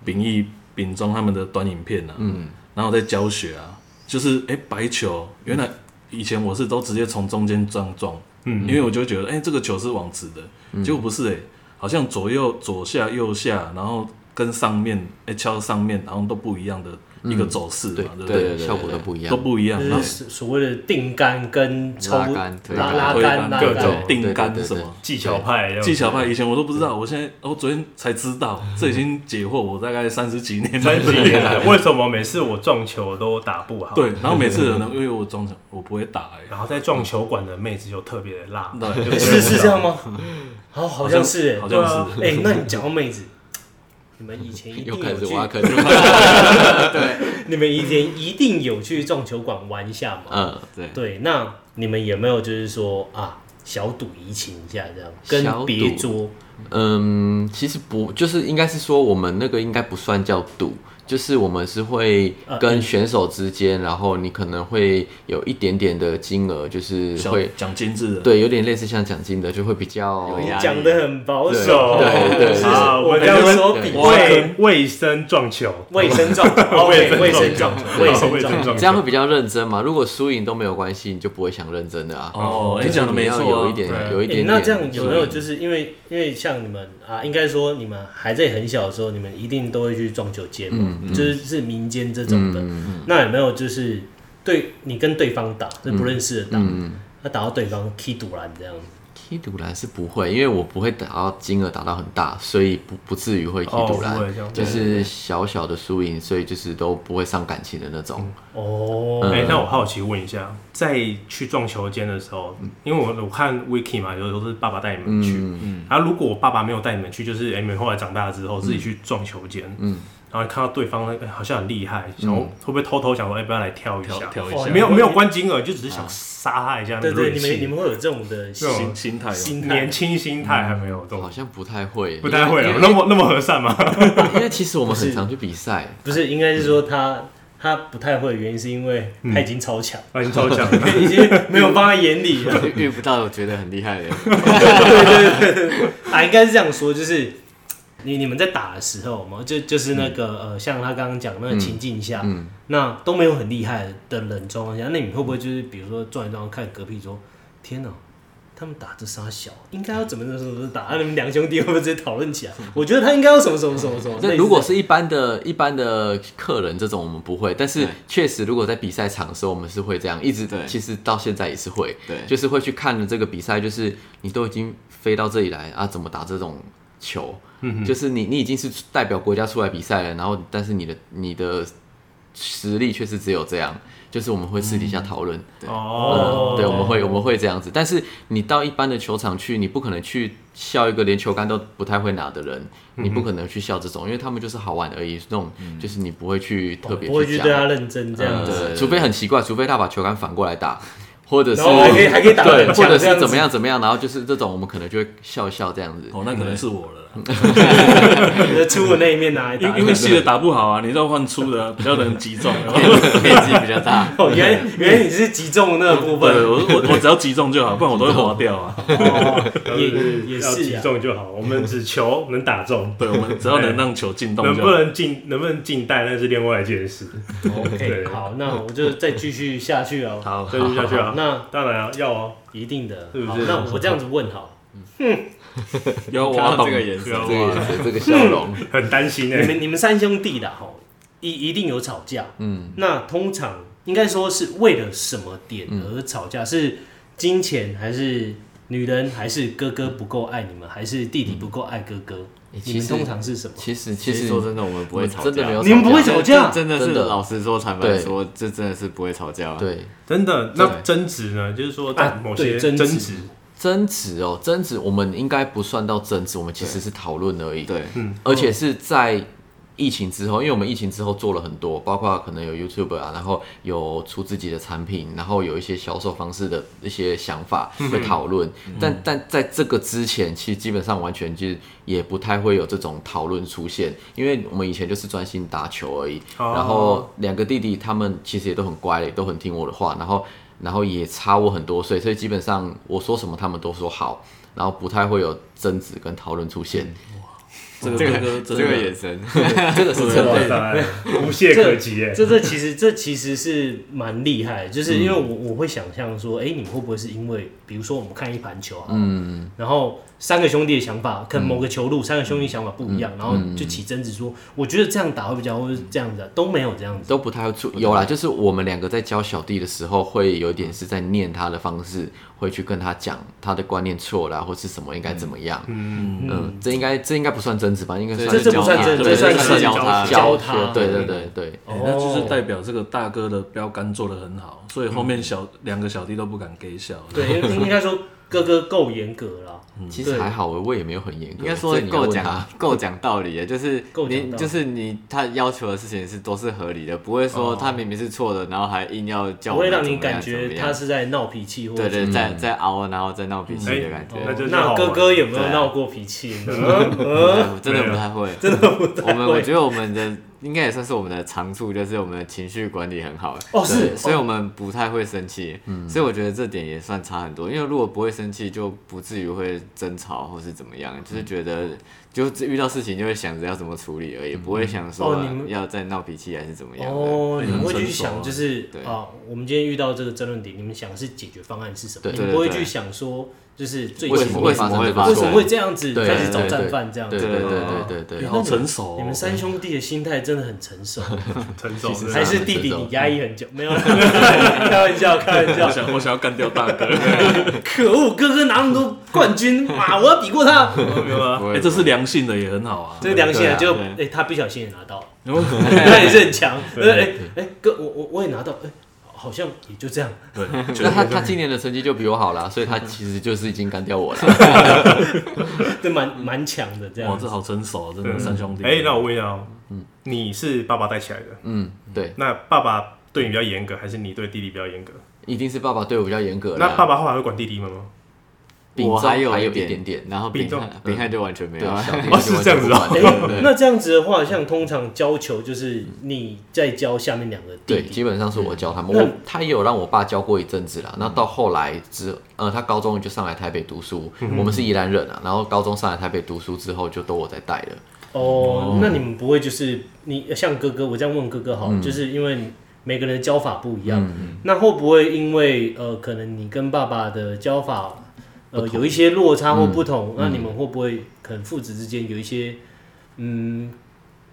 S3: 秉义、秉忠他们的短影片啊，嗯，然后在教学啊，就是哎、诶白球，原来以前我是都直接从中间这样撞，嗯，因为我就觉得哎、诶这个球是往直的，
S2: 嗯
S3: 结果不是哎、诶好像左右左下右下，然后跟上面哎、诶敲上面，然后都不一样的一个走势嘛，
S2: 嗯对
S3: 对不
S5: 对
S2: 对，效果都不一样，
S3: 都不一样，
S1: 嗯
S2: 嗯
S3: 然
S1: 就
S3: 后
S1: 是所所谓的定杆跟抽
S5: 拉杆推
S1: 拉
S5: 杆
S1: 拉
S3: 推
S1: 杆、拉
S3: 各
S4: 杆
S3: 种
S1: 杆，
S2: 对
S3: 定杆
S2: 对对
S3: 什
S2: 对
S3: 么。
S4: 技巧派这样子，
S3: 技巧派以前我都不知道，我现在我昨天才知道，这已经解惑我大概三十几 年了。
S4: 三十年来，为什么每次我撞球都打不 好？
S3: 对，，然后每次有人因为我中场我不会打哎、
S4: 然后在撞球馆的妹子就特别的辣，
S3: 对
S4: 就
S1: 就是是这样吗？好，好像是欸，
S3: 好像
S1: 对啊
S3: 好像是
S1: 哎，那你讲到妹子，你们以前一
S2: 又
S1: 定
S2: 开
S1: 有
S2: 始
S1: 去，
S2: 挖坑，
S1: 你们以前一定有去撞球馆玩一下嘛？
S2: 嗯，
S5: 对，
S1: 对，那你们有没有就是说啊，小赌怡情一下这样，
S2: 小
S1: 跟
S2: 赌
S1: 别桌
S2: 嗯，其实不，就是应该是说我们那个应该不算叫赌，就是我们是会
S1: 呃
S2: 跟选手之间，然后你可能会有一点点的金额，就是
S3: 小
S2: 会
S3: 讲精致的，
S2: 对，有点类似像奖金的，就会比较
S5: 有压力
S1: 哦讲的很保
S2: 对
S1: 守，
S2: 对对
S1: 是
S2: 对
S4: 啊，
S1: 我
S4: 我
S1: 们
S4: 这样
S1: 就
S4: 子
S1: 说比
S2: 对
S1: 卫
S4: 卫卫生撞球，
S1: 卫生状况，
S4: 卫
S1: 卫
S4: 生
S1: 卫
S4: 状
S1: 生状况，卫生
S4: 卫
S1: 状
S4: 生
S1: 况，
S4: 撞
S2: 这样会
S4: 球。
S2: 比较认真嘛。如果输赢都没有关系，你就不会想认真的啊。
S3: 哦
S2: 就是
S3: 你讲得没错啊
S2: 你要有一点，
S4: 对
S2: 有一
S1: 诶
S2: 点点。
S1: 那这样有没有
S2: 输赢
S1: 就是因为因为像你们啊，应该说你们还在很小的时候，你们一定都会去撞球街嘛，就是是民间这种的。那有没有就是对你跟对方打，是不认识的打，那打到对方踢堵篮这样？
S2: 踢独篮是不会，因为我不会打到金额打到很大，所以不不至于会踢
S4: 哦
S2: 独篮
S4: 不会这样，
S2: 就是小小的输赢，所以就是都不会伤感情的那种。
S3: 嗯
S1: 哦，
S4: 哎、那我好奇问一下，在去撞球间的时候，因为我我看 Wiki 嘛，有时候是爸爸带你们去，嗯，然后如果我爸爸没有带你们去，就是哎、你们后来长大之后自己去撞球间，嗯，然后看到对方、哎好像很厉害，想、会不会偷偷想说，哎、不要来跳一
S3: 调
S4: 下？
S3: 调一
S1: 哇
S3: 下，
S4: 没有没有关金额，就只是想杀他一下那
S1: 哦对
S4: 个
S1: 对，
S4: 锐
S1: 你
S4: 气
S1: 们你们会有这种的心
S4: 种
S3: 心心态哦，
S1: 心态
S4: 年轻心态还没有这
S2: 好
S4: 种，
S2: 像不太会，
S4: 不太会
S2: 因
S4: 啊
S2: 为，
S4: 那么那么和善吗？
S2: 因为其实我们很常去比赛，
S1: 不是，应该是说他他不太会的原因，是因为他已经超强，
S4: 啊，你超 强，
S1: 已经没有放在眼里 了。
S5: 遇不到我觉得很厉害的，
S1: 啊，应该是这样说，就是你你们在打的时候嘛，就就是那个、呃，像他刚刚讲的那个情境下，那都没有很厉害的人状况下，那你会不会就是比如说转一转看隔壁桌，天哪？他们打这杀小，应该要怎么怎么怎么打？那啊你们两兄弟会不会直接讨论起来？我觉得他应该要什么什么什么什么。哦类
S2: 那
S1: 似
S2: 如果
S1: 这样
S2: 是一般的、一般的客人这种，我们不会。但是确实，如果在比赛场的时候，我们是会这样，一直
S5: 对
S2: 其实到现在也是会，
S5: 对
S2: 就是会去看了这个比赛，就是你都已经飞到这里来啊，怎么打这种球？就是你你已经是代表国家出来比赛了，然后但是你的你的实力却是只有这样，就是我们会私底下讨
S1: 嗯
S2: 论。嗯
S4: 哦
S2: 对，我们会我们会这样子，但是你到一般的球场去，你不可能去笑一个连球杆都不太会拿的人，你不可能去笑这种，因为他们就是好玩而已，那种就是你不会去特别
S1: 不会去
S2: 讲
S1: 对，他呃认真这样
S2: 嗯
S1: 子，
S2: 对除非很奇怪，除非他把球杆反过来打，或者是
S1: 然后还可以还可以打得
S2: 对，
S1: 很
S2: 或
S1: 强
S2: 者
S1: 这样
S2: 是
S1: 子
S2: 怎么样怎么样，然后就是这种我们可能就会笑一笑这样子。
S3: 哦，那可能是我了啦，
S1: 你的 出的那一面拿来打
S3: 因。因为细的打不好啊，你要换粗的啊比较能击中。然后
S5: 面积比较大。
S1: 哦，原来原来你是击中的那个部
S3: 对
S1: 分，
S3: 我我我只要击中就好，不然我都会滑掉啊。
S1: 哦也也
S4: 要
S1: 是
S4: 击
S1: 啊。
S4: 中就好，我们只求能打中。
S3: 对，我们只要能让球进洞
S4: 能
S3: 就
S4: 不
S3: 好。
S4: 能进，能不能进袋，那是另外一件事。
S1: OK，
S4: 对
S1: 好，那我就再继续下去哦。
S3: 好，
S4: 再续下去啊，
S1: 那
S4: 当然啊要 哦，
S1: 一定的，
S4: 是不
S1: 好
S4: 是
S1: 那我这样子问好了，
S3: 要
S5: 看
S3: 挖
S5: 到
S3: 洞
S5: 这个颜色，
S2: 这个眼神，这 个笑容，
S5: 嗯
S4: 很担心哎、
S1: 你们你们三兄弟的吼，一一定有吵架，嗯，那通常应该说是为了什么点而吵架？是金钱还是女人，还是哥哥不够爱你们，还是弟弟不够爱哥哥？
S2: 嗯
S1: 你
S2: 其
S1: 们
S2: 实
S1: 通常是什么？
S2: 其实其
S5: 其实
S2: 实
S5: 说真的，我们不会吵架，
S2: 真的没有，
S1: 你们不会吵架
S5: 真的是
S2: 真的
S5: 老实说，坦白
S2: 对
S5: 说，这真的是不会吵架啊。
S2: 对，
S4: 真的，那
S5: 对
S4: 争执呢？就是说，在
S1: 啊
S4: 某
S1: 对
S4: 些
S1: 争
S4: 争
S1: 执
S4: 执，
S2: 争执哦，争执我们应该不算到争执，我们其实是讨论而已。
S5: 对，
S2: 而且是在疫情之后，因为我们疫情之后做了很多，包括可能有 YouTube 啊，然后有出自己的产品，然后有一些销售方式的一些想法会讨论。但但在这个之前，其实基本上完全就也不太会有这种讨论出现，因为我们以前就是专心打球而已。
S4: 哦
S2: 然后两个弟弟他们其实也都很乖，也都很听我的话，然后然后也差我很多岁，所以基本上我说什么他们都说好，然后不太会有争执跟讨论出现。
S3: 这个哥哥
S5: 这
S3: 真的
S5: 个
S3: 啊
S5: 眼神，
S2: 这个是真
S4: 哇
S2: 的。
S4: 塞，无懈可击欸耶！
S1: 这这其实这其实是蛮厉害的，就是因为我
S5: 嗯
S1: 我会想象说，哎、你们会不会是因为，比如说我们看一盘球啊，嗯，然后三个兄弟的想法，可能
S5: 嗯
S1: 某个球路、三个兄弟想法不一样，然后就起争执说，我觉得这样打会比较好，或者是这样子、啊、都没有这样子，
S2: 都不太会出。有啦，就是我们两个在教小弟的时候，会有一点是在念他的方式，会去跟他讲他的观念错啦，或是什么应该怎么样。
S4: 嗯，
S2: 嗯，这应该这应该不算争执吧？应该
S5: 对
S1: 这
S2: 算
S1: 这不算
S5: 教
S1: 争，
S5: 他
S1: 这算
S5: 对
S1: 是
S5: 教他
S1: 教
S2: 学
S1: 他，
S2: 对对对对，
S5: 哎
S3: 欸那就是
S1: 哦
S3: 代表这个大哥的标杆做得很好，所以后面小两、个小弟都不敢给小。
S1: 对，应应该说哥哥够严格 了，
S2: 其实还好，我也没有很严格。
S5: 应该说
S2: 这你要
S5: 够
S2: 问
S5: 讲
S2: 他。
S5: 够讲道理的，就是
S1: 够讲
S5: 你
S1: 道理
S5: 就是你他要求的事情是都是合理的，不会
S2: 哦
S5: 说他明明是错的，然后还硬要叫
S1: 不
S5: 我
S1: 会
S5: 们
S1: 让
S5: 怎
S1: 你
S5: 么样
S1: 感
S5: 怎么
S1: 觉
S5: 样
S1: 他是在闹脾气或
S5: 对
S1: 者。
S2: 嗯
S5: 对，在在熬，然后再闹脾气的感觉
S4: 哎，那就是好
S1: 那
S4: 玩
S1: 哥哥有没有
S5: 对啊
S1: 闹过脾气呢？ 嗯
S5: 我真的不 太会，真的不太会。我们我觉得我们的应该也算是我们的长处，就是我们的情绪管理很好。
S1: 哦是
S5: 对所以我们不太会生气。所以我觉得这点也算差很多。因为如果不会生气，就不至于会争吵或是怎么样，就是觉得就是遇到事情就会想着要怎么处理而已，不会想说
S1: 哦你们
S5: 要再闹脾气还是怎么样的。
S1: 哦，你们会去
S3: 很成熟
S1: 想
S3: 啊
S1: 就是
S5: 对
S1: 啊，我们今天遇到这个争论点，你们想的是解决方案是什么？
S2: 对
S1: 你
S5: 对
S1: 们
S5: 对
S1: 不会
S5: 对
S1: 去想说就是最
S5: 为什么
S1: 近
S5: 为什么会发
S1: 为
S5: 生
S1: 什么会这样子
S2: 对
S1: 开始找
S5: 对
S1: 战犯这样
S2: 对
S1: 子？
S2: 对对对对
S3: 你
S2: 对，
S3: 好成熟、哦，
S1: 你们三兄弟的心态真的很成熟，
S4: 成熟
S2: 其实
S1: 还是弟弟你压抑很久？没有啦，开玩笑，开玩
S3: 我
S1: 笑。
S3: 想我想要干掉大哥，
S1: 可恶，哥哥拿那么多冠军，妈，我要比过他。
S4: 没有啊，
S5: 不
S3: 哎、
S5: 会
S3: 这是良性的，也很好啊。
S1: 这良心啊，
S2: 对
S1: 就
S5: 对
S1: 哎，他不小心也拿到了，
S3: 然后
S1: 他也是很强。
S4: 对
S1: 哎哎，哥，我我我也拿到，哎，好像也就这样。
S2: 那他他今年的成绩就比我好了，所以他其实就是已经干掉我了。
S1: 这蛮蛮强的这
S3: 哇，
S1: 样
S3: 这
S1: 子。
S3: 好成熟、哦，真的
S4: 嗯
S3: 三兄弟。
S4: 哎，那我问一下哦，你是爸爸带起来的，
S2: 嗯，对，
S4: 那爸爸对你比较严格，还是你对弟弟比较严格？
S2: 一定是爸爸对我啊比较严格啦。
S4: 那爸爸后来会管弟弟们吗？
S2: 秉
S5: 我
S2: 忠
S5: 还有
S2: 还有
S5: 一
S2: 点点，
S5: 然后丙
S4: 丙仲
S5: 汉丙汉就完全没
S2: 对，
S5: 有。
S2: 小 弟
S4: 哦是这样子哦
S2: 就完全不管
S1: 哎
S2: 对，
S1: 那这样子的话，像通常教球就是你在教下面两个弟
S2: 对，
S1: 弟，
S2: 基本上是我教他们，
S1: 那嗯
S2: 我他也有让我爸教过一阵子啦。那到后来之，呃，他高中就上来台北读书，
S1: 嗯
S2: 我们是宜兰人啊，然后高中上来台北读书之后，就都我在带了。
S1: 哦，那你们不会就是你像哥哥，我这样问哥哥
S2: 嗯
S1: 好了，就是因为每个人的教法不一样，那会不会因为呃，可能你跟爸爸的教法呃有一些落差或不同，
S2: 嗯
S1: 那你们会不会可能父子之间有一些嗯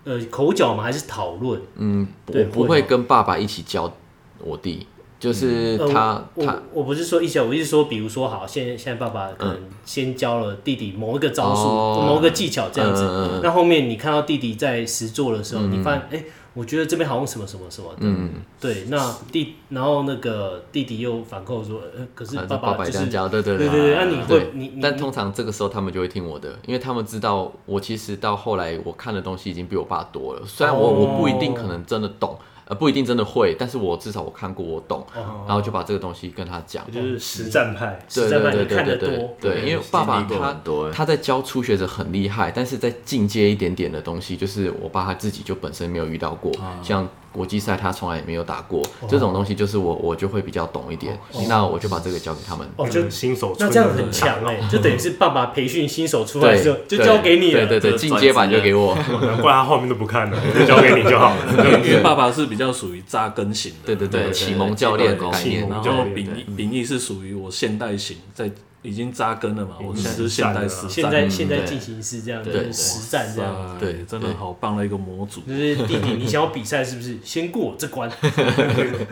S1: 呃口角嘛，还是讨论？
S2: 嗯，我
S1: 对
S2: 不
S1: 会
S2: 会跟爸爸一起教我弟，就是
S1: 呃
S2: 他
S1: 我
S2: 他
S1: 我我不是说一起，我是说，比如说，好，现在现在爸爸可能先教了弟弟某一个招数、
S2: 哦
S1: 某一个技巧这样子，
S2: 嗯嗯嗯
S1: 那后面你看到弟弟在实做的时候，你发现，哎、我觉得这边好像什么什么什么的，
S2: 嗯，
S1: 对，那弟，然后那个弟弟又反扣说，呃，可是
S2: 他
S1: 爸
S2: 爸爸
S1: 就
S2: 这
S1: 是
S2: 样，教，对对
S1: 对对对，那、你会
S2: 对，
S1: 你你
S2: 但通常这个时候他们就会听我的，因为他们知道我其实到后来我看的东西已经比我爸多了。虽然我、
S1: 哦
S2: 我不一定可能真的懂，呃，不一定真的会，但是我至少我看过，我懂，
S1: 哦
S2: 然后就把这个东西跟他讲。
S4: 就是实战派，
S1: 实
S2: 哦对
S1: 在
S2: 对
S1: 版
S2: 对
S1: 你
S2: 对
S1: 看
S2: 对
S1: 得
S2: 对
S1: 多，
S2: 对，因为爸爸
S5: 经历过很
S2: 他
S5: 多
S2: 他在教初学者很厉害，但是在进阶一点点的东西，就是我爸他自己就本身没有遇到过，
S1: 啊
S2: 像国际赛他从来也没有打过，这种东西就是我我就会比较懂一点，那我就把这个交给他们。
S1: 哦，就
S4: 嗯新手村
S1: 那这样很强哎、就等于是爸爸培训新手出来之后就
S2: 嗯对
S1: 交给你了，
S2: 对对对，
S5: 这
S2: 进阶版就给 我。
S4: 难怪他后面都不看了，就交给你就好了。
S3: 因为因为爸爸是比较属于扎根型的，
S2: 对对
S5: 对
S2: 对，
S5: 对
S2: 启蒙教练的概
S4: 启
S2: 念
S4: 蒙。
S3: 然后秉义秉义是属于我现代型，在已经扎根了嘛，我现在就是现代实战。
S1: 现在
S3: 哇
S1: 现在
S5: 对
S1: 进行是这样，就
S2: 嗯对
S1: 是实战这样。
S3: 塞
S2: 对
S3: 真的
S2: 对
S3: 好棒的一个模组。
S1: 就是弟弟，你想要比赛是不是？先过我这关。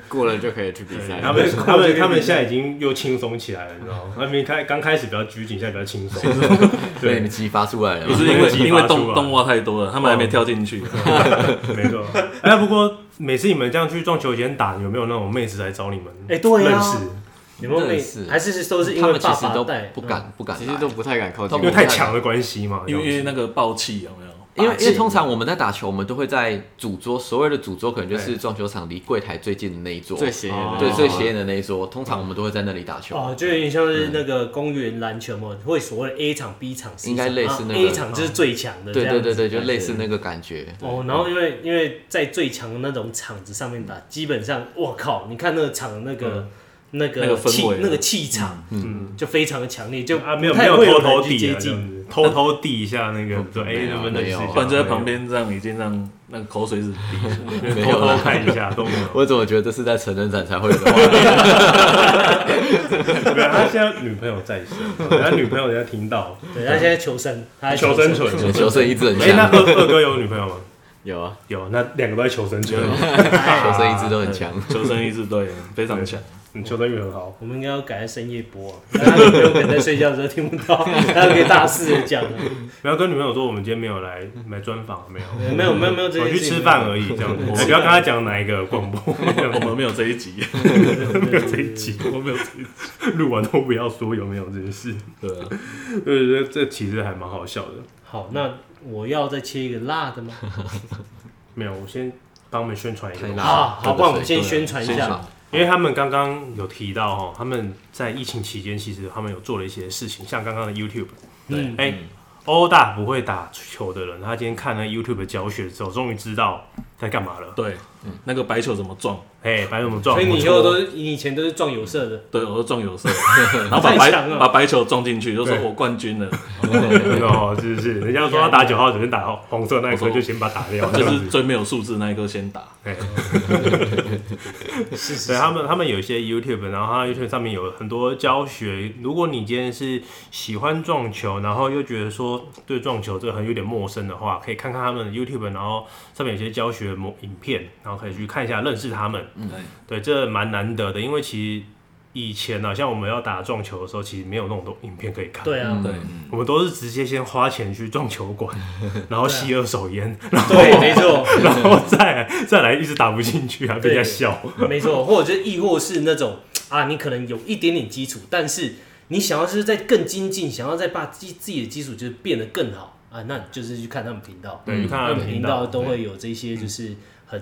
S5: 过了就可以去比赛。
S4: 他们他们他们现在已经又轻松起来了，你知道吗？他们开刚开始比较拘谨，现在比较轻松。
S2: 被 你们激发出来
S3: 不
S2: 了。
S3: 是因为
S4: 激发
S3: 因为
S4: 出
S3: 动
S4: 来
S3: 动画太多了，他们还没跳进去。
S4: 没错。哎，不过每次你们这样去撞球间打，有没有那种妹子来找你们？
S1: 哎对啊
S4: 认识
S1: 你们
S2: 真的
S1: 每
S2: 是
S1: 还是是都是因
S2: 他
S1: 为
S2: 们其
S1: 爸
S2: 实
S1: 爸
S2: 都
S1: 带，嗯
S2: 不敢不敢
S5: 其
S2: 来
S5: 实都不太敢靠近
S2: 都
S5: 我，
S4: 因为太强的关系嘛，
S3: 因为因为
S4: 这样子
S3: 那个爆气有没有？
S2: 因为因为
S3: 霸气
S2: 通常我们在打球，我们都会在主桌，所谓的主桌可能就是撞球场离柜台最近的那一桌，
S5: 最哦显眼的，
S2: 对最显眼的那一桌。通常我们都会在那里打球。
S1: 哦，就有点像是那个公园篮球嘛，会所谓的 A 场、B 场、C
S2: 应该
S1: 场
S2: 类似
S1: 啊
S2: 那个嗯
S1: A 场就是最强的，
S2: 对对
S1: 对。
S2: 对对，就类似那个感觉。
S1: 哦，然后因为因为在最强的那种场子上面打，基本上我靠，你看那个场那个
S2: 嗯
S1: 那
S3: 那个
S1: 个
S3: 氛
S1: 气
S3: 围啊
S1: 那个气场，嗯，就非常的强烈，就
S4: 啊没有
S1: 不
S4: 没
S1: 太
S4: 有
S1: 会
S4: 偷
S1: 人
S4: 偷
S1: 去
S4: 递
S1: 接
S4: 啊这样
S1: 近。
S4: 子偷偷递一下那个，对，
S2: 没
S4: 哎，
S2: 有
S4: 能不能
S2: 没有
S4: 试一
S2: 啊
S4: 下
S3: 不然就在旁边这样已经让那个口水是滴。
S4: 没
S2: 没有
S4: 有偷
S2: 啦
S4: 偷看一下，都没有。
S2: 我怎么觉得这是在成人展才会有的 话？
S4: 对啊他现在女朋友在身， 他女朋友人家听到，
S1: 对，他现在求生，他在
S4: 求生存，
S2: 求生意志很
S4: 哎、那
S2: 强，
S4: 二二哥有女朋友吗？
S5: 有啊，
S4: 有，那两个都在求生存，
S2: 求生意志都很强。
S3: 求生意志对，非常强。
S4: 嗯，求生欲很好。
S1: 我们应该要改在深夜播、啊， 大家女朋友可能在睡觉的时候听不到，大家可以大肆的讲、啊。
S4: 不要跟女朋友说我们今天没有来买专访，没有，
S1: 没有没有没有这
S4: 我
S1: 件
S4: 去
S1: 事情，
S4: 吃饭而已，这样子。
S3: 我
S4: 哎不要跟他讲哪一个广播，
S3: 我们没有这一集，
S4: 没有这一集，我没有这一集，录完都不要说有没有这件事。
S3: 对啊，
S4: 对对，这其实还蛮好笑的。
S1: 好，那我要再切一个辣的吗？
S4: 没有，我先帮我们宣传一个东西
S2: 太辣了
S1: 啊，好，不然我们先
S2: 对
S1: 宣传一
S2: 宣
S1: 下
S2: 传。
S4: 因为他们刚刚有提到哈，他们在疫情期间，其实他们有做了一些事情，像刚刚的 YouTube，
S1: 嗯，
S4: 哎、欧大不会打球的人，他今天看了 YouTube 教学之后，终于知道在干嘛了。
S3: 对，那个白球怎么撞？
S4: 哎、白怎么撞？
S1: 所以你以
S4: 就
S1: 后都是你以前都是撞有色的，
S3: 对，我说撞有 色，然后把
S1: 太
S3: 白
S1: 强了
S3: 把白球撞进去，就说
S4: 对
S3: 我冠军了，
S4: 哦，是不是？人家说要打九号，准备打黄色那一颗，
S3: 我说
S4: 就先把它打掉，这
S3: 就
S4: 样
S3: 是
S4: 子。
S3: 最没有素质那一个先打。
S1: 是是
S4: 对他们，他们有一些 YouTube，然后他 YouTube 上面有很多教学。如果你今天是喜欢撞球，然后又觉得说对撞球这个很有点陌生的话，可以看看他们的 YouTube，然后上面有些教学模影片，然后可以去看一下，认识他们。
S3: 嗯，
S4: 对，这蛮难得的，因为其实以前呢、啊，像我们要打撞球的时候，其实没有那种东影片可以看。
S1: 对啊，
S3: 对，
S4: 我们都是直接先花钱去撞球馆，然后吸二手烟，
S1: 对，没错。
S4: 然后再再来一直打不进去，还被人家笑。
S1: 没错，或者就亦或是那种啊，你可能有一点点基础，但是你想要是在更精进，想要再把自己自己的基础就是变得更好啊，那你就是去看他们频道，嗯
S4: 对，去看
S1: 他
S4: 他
S1: 们
S4: 们
S1: 频
S4: 频
S1: 道
S4: 道，
S1: 都会有这些就是很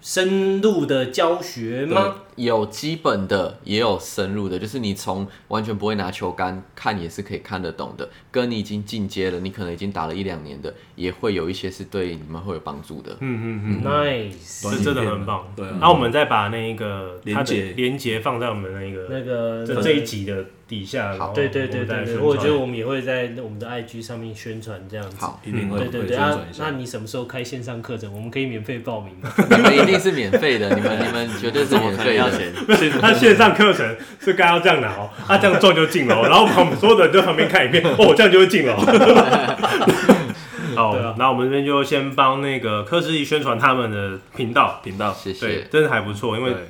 S1: 深入的教学吗？
S2: 有基本的，也有深入的，就是你从完全不会拿球杆看也是可以看得懂的，跟你已经进阶了，你可能已经打了一两年的，也会有一些是对你们会有帮助的。
S4: 嗯嗯嗯，
S1: Nice，
S4: 是真的很棒。
S3: 对啊
S4: 那我们再把那一个
S3: 连
S4: 它的
S3: 结
S4: 连接放在我们那个
S1: 那个
S4: 这这一。集的底下，然后
S1: 对对
S4: 哦我
S1: 对
S4: 们再
S1: 对
S4: 来
S1: 对，
S4: 宣
S1: 我
S4: 传
S1: 觉得我们也会在我们的 IG 上面宣传这样子。
S2: 好，
S3: 一
S4: 嗯
S3: 定会
S1: 对对
S3: 会
S1: 对
S3: 宣
S1: 啊
S3: 传一，
S1: 那
S3: 下。
S1: 你什么时候开线上课程？我们可以免费报名吗。
S2: 你们一定是免费的，你们你们绝对是
S5: 怎么
S2: 免
S5: 可能
S2: 费
S5: 要
S2: 的。
S5: 钱？
S4: 他线上课程是该要这样拿哦，他这样撞就进了 哦，然后我们所有的人都在旁边看一遍，哦，这样就会进了 哦。好，
S3: 啊
S4: 那我们这边就先帮那个柯志毅宣传他们的频道，
S3: 频道，
S2: 谢
S4: 对，
S2: 谢。
S4: 真的还不错，因为
S3: 对，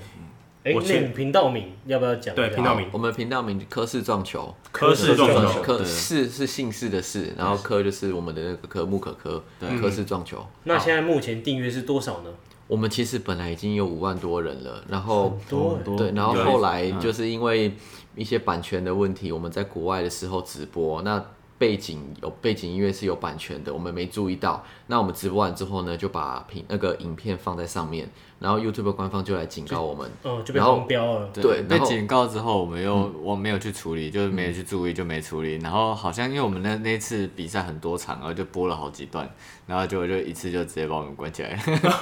S1: 哎，
S4: 我
S1: 那
S4: 先
S1: 你频道名要不要讲一下？
S4: 对频道名
S2: 我们频道名科室撞球，
S4: 柯氏撞
S2: 撞
S4: 球
S2: 球，科室是姓氏的氏，然后科就是我们的那个科目可科，科室撞球。
S1: 那现在目前订阅是多少呢？
S2: 我们其实本来已经有五万多人了，然后
S1: 多
S3: 多
S2: 对，然后
S3: 对
S2: 后来就是因为一些版权的问题，我们在国外的时候直播，那背景有背景音乐是有版权的，我们没注意到。那我们直播完之后呢，就把屏那个影片放在上面，然后 YouTube 官方就来警告我们，
S1: 哦，就被
S2: 然后
S1: 黄标了。
S2: 对
S5: 被
S2: 然后
S5: 警告之后，我们又我没有去处理，就是没有去注意，就没处理。然后好像因为我们那那次比赛很多场，然后就播了好几段，然后结果就一次就直接把我们关起来。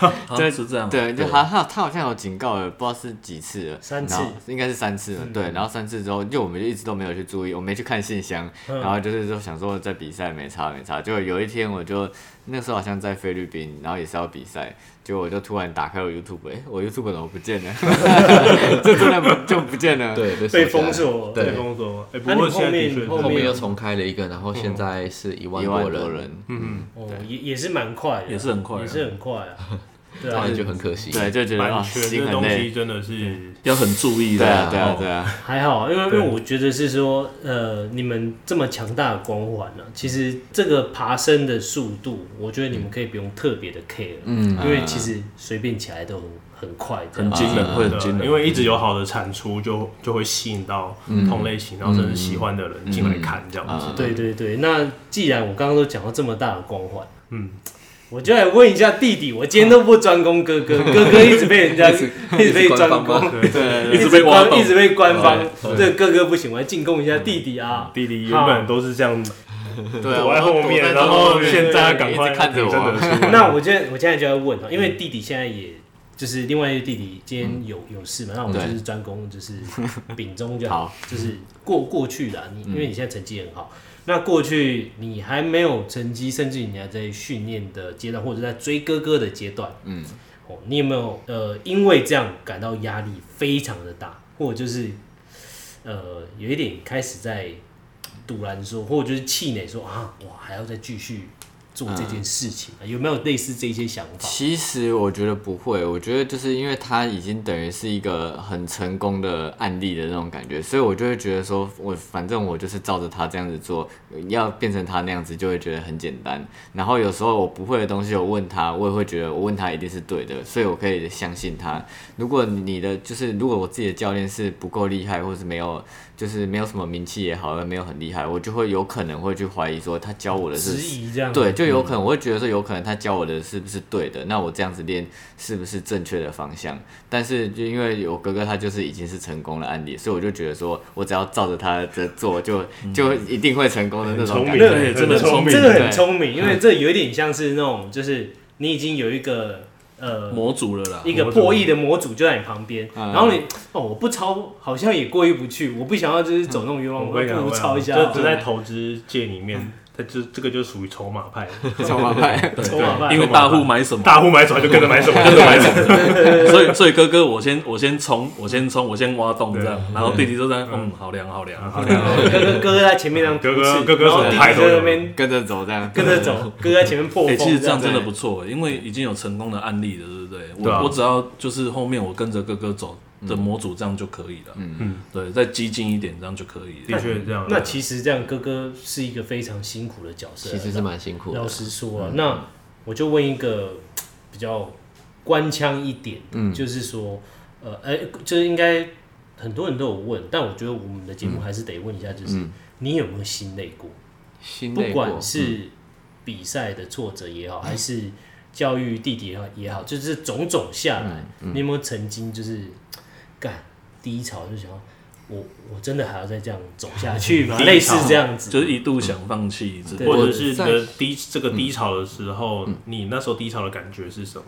S3: 啊
S5: 对
S3: 是这样，
S5: 对，就他他他好像有警告了，不知道是几次了，
S1: 三次
S5: 然后应该是三次了。对，然后三次之后，因为我们就一直都没有去注意，我没去看信箱，然后就是说想说在比赛没差没差。就有一天我就那时候好像在菲律宾，然后也是要比赛，结果我就突然打开我 YouTube，哎、我 YouTube 怎么不见了？ 就突然不就不见了。
S2: 对，
S1: 被
S2: 被锁起来
S1: 封锁
S2: 对
S4: 被。封锁。哎，
S1: 那你
S4: 不
S1: 后
S4: 过现在的
S1: 面嗯
S4: 确是
S1: 后
S2: 后面又重开了一个，然后现在是一万
S5: 一万
S2: 人，
S5: 人，
S4: 嗯，
S1: 哦，也也是蛮快的，
S3: 也是很快啊
S1: 也是很快啊。对
S2: 当
S1: 啊，
S2: 然就很可惜。
S5: 对，就觉得啊，
S4: 版权
S5: 心
S4: 这
S5: 很
S4: 东
S5: 累嗯
S4: 西。真的是，
S3: 要很注意的
S5: 对
S3: 啊。
S5: 啊，对啊，
S3: 哦
S5: 对啊，
S1: 还好啊，因为因
S4: 对
S1: 为我觉得是说，呃，你们这么强大的光环呢、其实这个爬升的速度，我觉得你们可以不用特别的 care，嗯，因为其实随便起来都很很快这样，
S3: 很惊人，会很惊
S4: 对
S3: 人，
S4: 啊因为一直有好的产出，就就会吸引到
S5: 嗯
S4: 同类型，然后甚至喜欢的人进来看这样
S5: 啊
S4: 子。
S1: 对对对，那既然我刚刚都讲到这么大的光环，嗯，我就来问一下弟弟，我今天都不专攻哥 哥，哥哥一直被人家一直被专攻，
S4: 对对，
S5: 对
S1: 一
S3: 一
S1: 直
S3: 直被
S1: 被
S3: 挖
S1: 官
S3: 洞
S1: 一直被官方，这哥哥不行，我要进攻一下弟弟啊。
S4: 弟弟原本都是这样
S5: 对啊，
S4: 躲在
S5: 我
S4: 后
S5: 躲
S4: 面，
S5: 在
S4: 然
S5: 后
S4: 后
S5: 面
S4: 现在
S5: 对
S4: 赶快
S5: 一直看着我啊
S4: 真的是
S1: 那我现在我现在就要问啊，因为弟弟现在也就是另外一个弟弟今天有有事嘛，那我
S5: 嗯对
S1: 就是专攻就是 丙中就
S5: 好嗯
S1: 好，就是过过去啦，你因为你现在成绩很好。那过去你还没有成绩，甚至你还在训练的阶段，或者在追哥哥的阶段，
S5: 嗯，
S1: 哦，你有没有呃，因为这样感到压力非常的大，或者就是呃，有一点开始在堵拦说，或者就是气馁说啊，我还要再继续做这
S5: 嗯
S1: 件事情、有没有类似这些想法？
S5: 其实我觉得不会，我觉得就是因为他已经等于是一个很成功的案例的那种感觉，所以我就会觉得说，我反正我就是照着他这样子做，要变成他那样子就会觉得很简单。然后有时候我不会的东西，我问他，我也会觉得我问他一定是对的，所以我可以相信他。如果你的就是如果我自己的教练是不够厉害，或是没有就是没有什么名气也好，没有很厉害，我就会有可能会去怀疑说他教我的是
S1: 质疑这样
S5: 对，就有可能我会觉得说，有可能他教我的是不是对的？那我这样子练是不是正确的方向？但是就因为有哥哥他就是已经是成功的案例，所以我就觉得说我只要照着他的做，就就一定会成功的那种
S4: 聪
S5: 感
S4: 明，
S5: 觉。
S3: 对真
S4: 真
S3: 的
S4: 的
S3: 很聪
S4: 聪
S3: 明
S4: 明，
S1: 这个很
S5: 对
S1: 聪明，因为这有一点像是那种，就是你已经有一个呃
S3: 模组了啦。
S1: 一个破亿的模组就在你旁边，
S5: 嗯
S1: 然后你哦，我不超好像也过意不去，我不想要就是走那种冤枉
S4: 我
S1: 路，
S4: 跟你
S1: 不
S4: 讲，
S1: 如超一下好
S4: 这
S1: 了，
S4: 这在投资界里面，它这这个就属于筹码派，
S5: 怎么办？
S1: 筹码派
S3: 因为大户买什么，
S4: 大户买什么就跟着买什么，
S3: 跟着买什么，所以所以哥哥，我先我先冲，我先冲，我先挖洞这样，然后弟弟就在嗯，好凉好凉好凉，
S1: 哥哥哥哥在前面那样
S4: 哥
S1: 突
S4: 哥
S1: 刺
S4: 哥哥
S1: 然后
S4: 手
S1: 弟弟
S4: 拍
S1: 在
S4: 手
S1: 那边
S5: 跟着走这样。
S1: 跟着走，哥哥在前面破
S3: 哎、
S1: 风，
S3: 其实这样
S1: 子
S3: 真的不错、因为已经有成功的案例了，对不对？我
S4: 对啊
S3: 我只要就是后面我跟着哥哥走的模组，这样就可以了。嗯嗯
S4: 嗯，
S3: 对，再激进一点，这样就可以
S4: 的
S3: 了。
S4: 确是这样。
S1: 那其实这样，哥哥是一个非常辛苦的角色。
S2: 其实是蛮辛苦的
S1: 老。实说啊，那我就问一个比较官腔一点，就是说，呃，哎、就是应该很多人都有问，但我觉得我们的节目还是得问一下，就是、你有没有心累过？
S2: 心
S1: 不
S2: 累过嗯
S1: 管是比赛的挫折也好，还是教育弟弟也好也好，就是种种下来，你有没有曾经就是干低潮，就想要我我真的还要再这样走下去吗？
S4: 低潮
S1: 类似这样子，
S3: 就是一度想放弃，之类
S4: 或
S3: 的。
S4: 者是你
S2: 在
S4: 的低这个
S5: 嗯
S4: 低潮的时候，你那时候低潮的感觉是什么？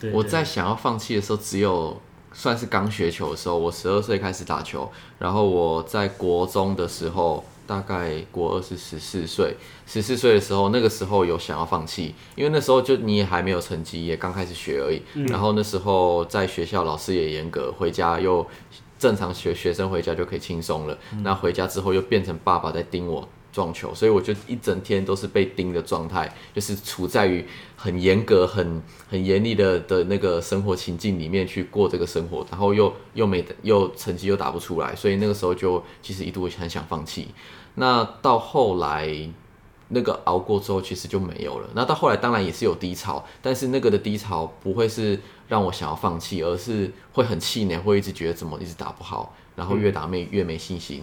S1: 对
S2: 我在想要放弃的时候，只有算是刚学球的时候，我十二岁开始打球，然后我在国中的时候，大概国二是十四岁，十四岁的时候，那个时候有想要放弃，因为那时候就你也还没有成绩，也刚开始学而已，
S1: 嗯
S2: 然后那时候在学校老师也严格，回家又。正常学学生回家就可以轻松了，
S1: 嗯
S2: 那回家之后又变成爸爸在盯我撞球，所以我就一整天都是被盯的状态，就是处在于很严格、很很严厉的的那个生活情境里面去过这个生活，然后又又没又成绩又打不出来，所以那个时候就其实一度很想放弃。那到后来那个熬过之后，其实就没有了。那到后来当然也是有低潮，但是那个的低潮不会是让我想要放弃，而是会很气馁，会一直觉得怎么一直打不好，然后越打没越没信心，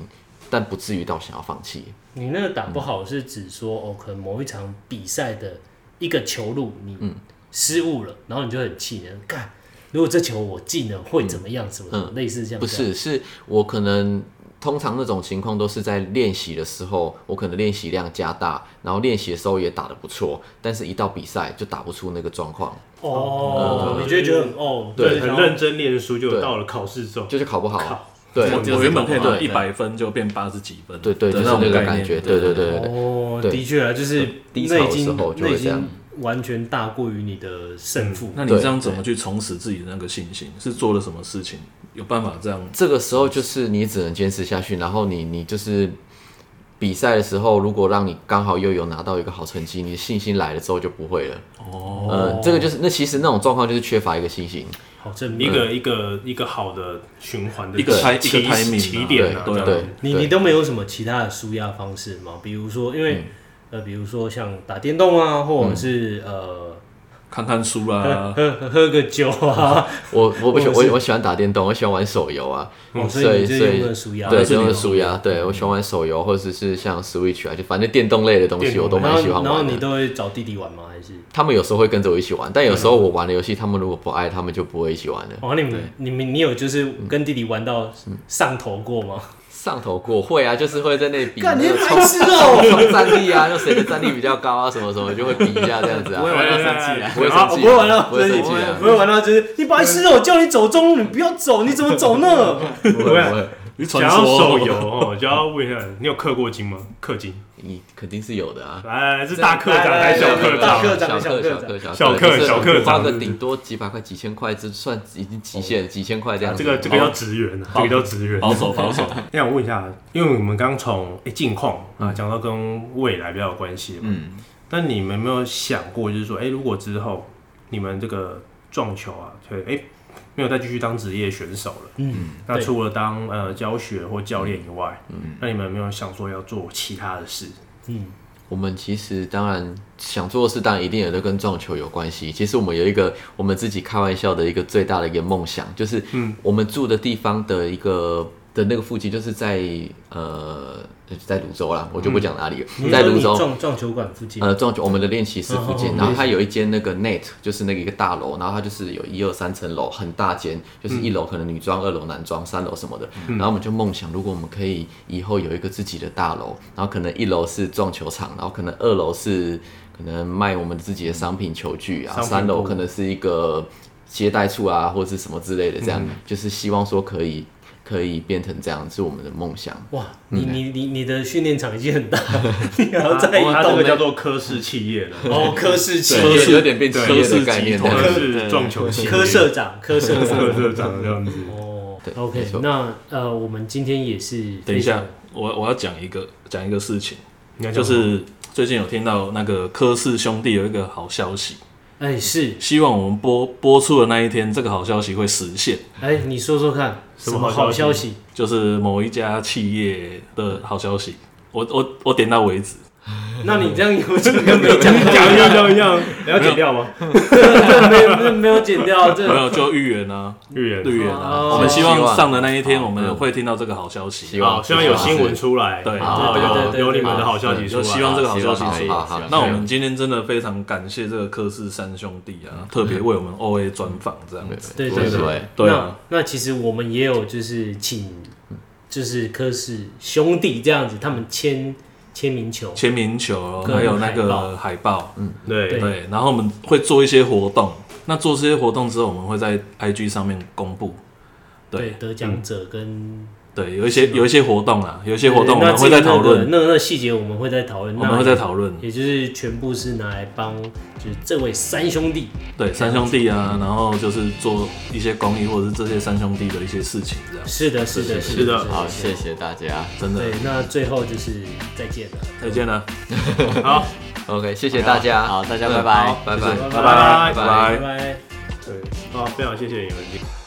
S2: 但不至于到想要放弃。
S1: 你那个打不好是指说哦，可能某一场比赛的一个球路
S2: 嗯
S1: 你失误了，然后你就很气人，干。如果这球我进了会怎么样？什么什么类似这样？
S2: 嗯不是，是我可能通常那种情况都是在练习的时候，我可能练习量加大，然后练习的时候也打得不错，但是一到比赛就打不出那个状况，
S1: 哦，你就会觉得很哦，
S2: 对
S1: 就是
S4: 很
S1: 想要
S4: 认真念书，就
S2: 对
S4: 到了考试之后，
S2: 就是考不好
S4: 靠。
S2: 对，
S3: 我
S5: 就是
S3: 我原本可以
S5: 这种
S3: 拿
S5: 嘛
S3: 一百分，就变八十几分，
S2: 对对，就是
S3: 那
S2: 那
S3: 种
S2: 个
S3: 概
S2: 感
S3: 念
S2: 觉，对对对对对。
S1: 哦，
S2: 对
S1: 的确啊，就是
S2: 低
S1: 那
S2: 潮
S1: 已
S2: 的时
S1: 经
S2: 候就
S1: 那
S2: 会
S1: 已
S2: 这样嗯
S1: 经完全大过于你的胜负。
S3: 那你这样怎么去重拾自己的那个信心？是做了什么事情？有办法这样？
S2: 这个时候就是你只能坚持下去，然后你你就是比赛的时候，如果让你刚好又有拿到一个好成绩，你的信心来了之后就不会了。
S3: 哦，
S2: 呃，这个就是那其实那种状况就是缺乏一个信心。
S1: 好正
S4: 一
S1: 面。
S4: 个一个一个好的循环的
S3: 一个
S4: 起
S3: ti- 一个
S4: 起
S3: timing 啊
S4: 起点啊，
S3: 对
S4: 这样
S2: 对，
S1: 你
S2: 对
S1: 你都没有什么其他的舒压方式吗？比如说，因
S2: 嗯
S1: 为、呃，比如说像打电动啊，或者是、
S2: 嗯
S3: 看看书啊
S1: 呃
S3: 啦，
S1: 喝喝喝个酒啊，
S2: 我我不喜
S1: 我也是
S2: 我我喜欢打电动，我喜欢玩手游啊，
S1: 哦所
S2: 所
S1: 以你
S2: 以
S1: 就
S2: 所
S1: 用
S2: 以
S1: 了舒压，
S2: 对，
S1: 是
S2: 就
S1: 你
S2: 用舒压。对我喜欢玩手游，或者是像 Switch 啊，就反正电动类的东
S4: 电
S2: 西
S4: 动
S2: 我都
S1: 然
S2: 蛮喜
S1: 后
S2: 欢
S1: 然后
S2: 玩
S1: 你
S2: 的。
S1: 都会找弟弟玩吗？还是
S2: 他们有时候会跟着我一起玩，但有时候我玩的游戏，他们如果不爱，他们就不会一起玩了。
S1: 哦，你们你们你有就是
S2: 嗯
S1: 跟弟弟玩到上头过吗？
S2: 上头过会啊，就是会在那里比
S1: 干
S2: 那
S1: 你
S2: 个
S1: 白痴哦！
S2: 冲战力啊，就谁的战力比较高啊，什么什么就会比一下这样子啊。
S5: 不会玩到生气啊
S2: 不会
S1: 啊
S2: 生
S1: 我
S2: 气啊，
S1: 不会玩到
S2: 不会
S1: 生
S2: 生
S1: 气
S2: 气
S1: 我
S2: 啊，
S1: 会玩到就是你白痴哦，我叫你走中路，你不要走，你怎么走 呢？
S2: 不会不
S4: 会
S2: 会，
S3: 你
S4: 讲
S3: 传
S4: 到
S3: 说
S4: 手游哦，就要问一下，你有氪过金吗？氪金，
S2: 你肯定是有的啊。
S4: 来来来，是大氪
S1: 来
S4: 长
S1: 来
S4: 还是小
S1: 来
S4: 氪
S1: 来大
S4: 长？
S1: 课
S2: 小
S1: 长
S2: 课
S1: 小
S2: 小
S1: 课
S2: 课长，
S4: 小课
S2: 小
S4: 小课
S2: 花
S4: 长
S2: 个顶多几百块、几千块，这算已经极限，几千块这样子。
S4: 啊这个这个叫职员啊，这个叫职员。
S3: 保守保守，
S4: 那 我问一下，因为我们刚从诶近况啊讲到跟未来比较有关系嘛，
S5: 嗯，
S4: 但你们有没有想过，就是说，哎、如果之后你们这个撞球啊，对，哎、没有再继续当职业选手了，
S1: 嗯，
S4: 那
S1: 对
S4: 除了当呃教学或教练以外，嗯，那你们有没有想说要做其他的事？
S1: 嗯，
S2: 我们其实当然想做的事，当然一定也都跟撞球有关系。其实我们有一个我们自己开玩笑的一个最大的一个梦想，就是我们住的地方的一个的那个附近，就是在呃在泸州啦，我就不讲哪里了，
S1: 你
S2: 在
S1: 说嗯
S2: 泸
S1: 你
S2: 州。
S1: 撞撞球馆附近，
S2: 呃，撞球我们的练习室附
S1: 哦
S4: 嗯
S2: 近，然后它有一间那个 net，就是那个一个大楼，然后它就是有一二三层楼，很大间，就是一楼可能女装，二楼男装，三楼什么的。
S4: 嗯
S2: 然后我们就梦想，如果我们可以以后有一个自己的大楼，然后可能一楼是撞球场，然后可能二楼是可能卖我们自己的商品球具啊，
S4: 商品
S2: 三楼
S4: 部
S2: 可能是一个接待处啊，或者是什么之类的，这
S4: 嗯
S2: 样就是希望说可以可以变成这样，是我们的梦想。
S1: 哇，你
S2: 嗯
S1: 你你你的训练场已经很大， 你啊还要再移
S4: 啊它这
S1: 动
S4: 个叫做科室企业的，
S1: 哦，科室企
S2: 有
S1: 业
S2: 点有点变企业
S3: 科
S2: 的
S3: 技
S2: 概念
S3: 集
S2: 这
S3: 团
S2: 样子。
S4: 科室撞球企业，
S1: 科社长，科社长。
S4: 科社长这样子。
S1: 哦
S2: 对没
S1: ，OK，
S2: 错
S1: 那呃，我们今天也是
S3: 等一
S1: 非常
S3: 下，我我要讲一个讲一个事情，
S4: 你看
S3: 就是最近有听到那个科氏兄弟有一个好消息，
S1: 哎、是，
S3: 希望我们播播出的那一天，这个好消息会实现，
S1: 哎、你说说看，什
S4: 什
S1: 么
S4: 么
S1: 好
S4: 好
S1: 消
S4: 消
S1: 息？
S3: 就是某一家企业的好消息。我我我点到为止，
S1: 那你这样有这个没讲
S4: 讲一样讲一样，你要剪掉吗？
S1: 没有没有没有剪掉这
S3: 没有就预言啊，
S4: 预言
S3: 预言啊，
S1: 哦
S3: 我们希
S2: 希
S3: 望
S2: 望
S3: 上的那一天，
S2: 好
S3: 我们
S2: 嗯
S3: 会听到这个好消息。
S2: 希
S4: 好，
S2: 望
S4: 希望有新闻出来，
S3: 对
S4: 好
S1: 对对对
S4: 有
S1: 对
S4: 有你们的好消息
S2: 对
S4: 出来，
S3: 就希望这个好消息
S2: 好
S3: 出来
S2: 好好
S3: 那我们今天真的非常感谢这个柯氏三兄弟啊，特别为我们 O A 专访这样子。
S1: 对
S2: 对
S1: 对对
S2: 对
S3: 对
S1: 那
S3: 啊
S1: 那其实我们也有就是请，就是科氏兄弟这样子，他们签签名球，
S3: 签名球，
S1: 跟
S3: 还有那
S1: 海报
S3: 个海报，
S4: 对
S1: 对
S3: 对，然后我们会做一些活动。那做这些活动之后，我们会在 IG 上面公布。
S1: 对
S3: 对
S1: 得奖者跟
S3: 对，有一些有一些活动啦，有一些活动我
S1: 对
S3: 们会在讨
S1: 那至
S3: 论
S1: 于，那个那那细节我们会再讨论，
S3: 我们会在讨论
S1: 那。也就是全部是拿来帮就是这位三兄弟
S3: 对，三兄弟啊，然后就是做一些公益，或者是这些三兄弟的一些事情，这样
S1: 是的，是的，
S4: 是
S1: 的，
S4: 是的
S5: 好，谢。谢大家，
S3: 真的
S1: 对，那最后就是再见了，
S3: 再见了，
S4: 好，
S2: OK，谢谢大家，
S5: 好大家
S2: 嗯
S5: 拜拜
S2: 好拜拜，
S3: 谢谢
S2: 拜拜
S4: 拜
S1: 拜拜。
S4: 对，啊，非常谢谢你们。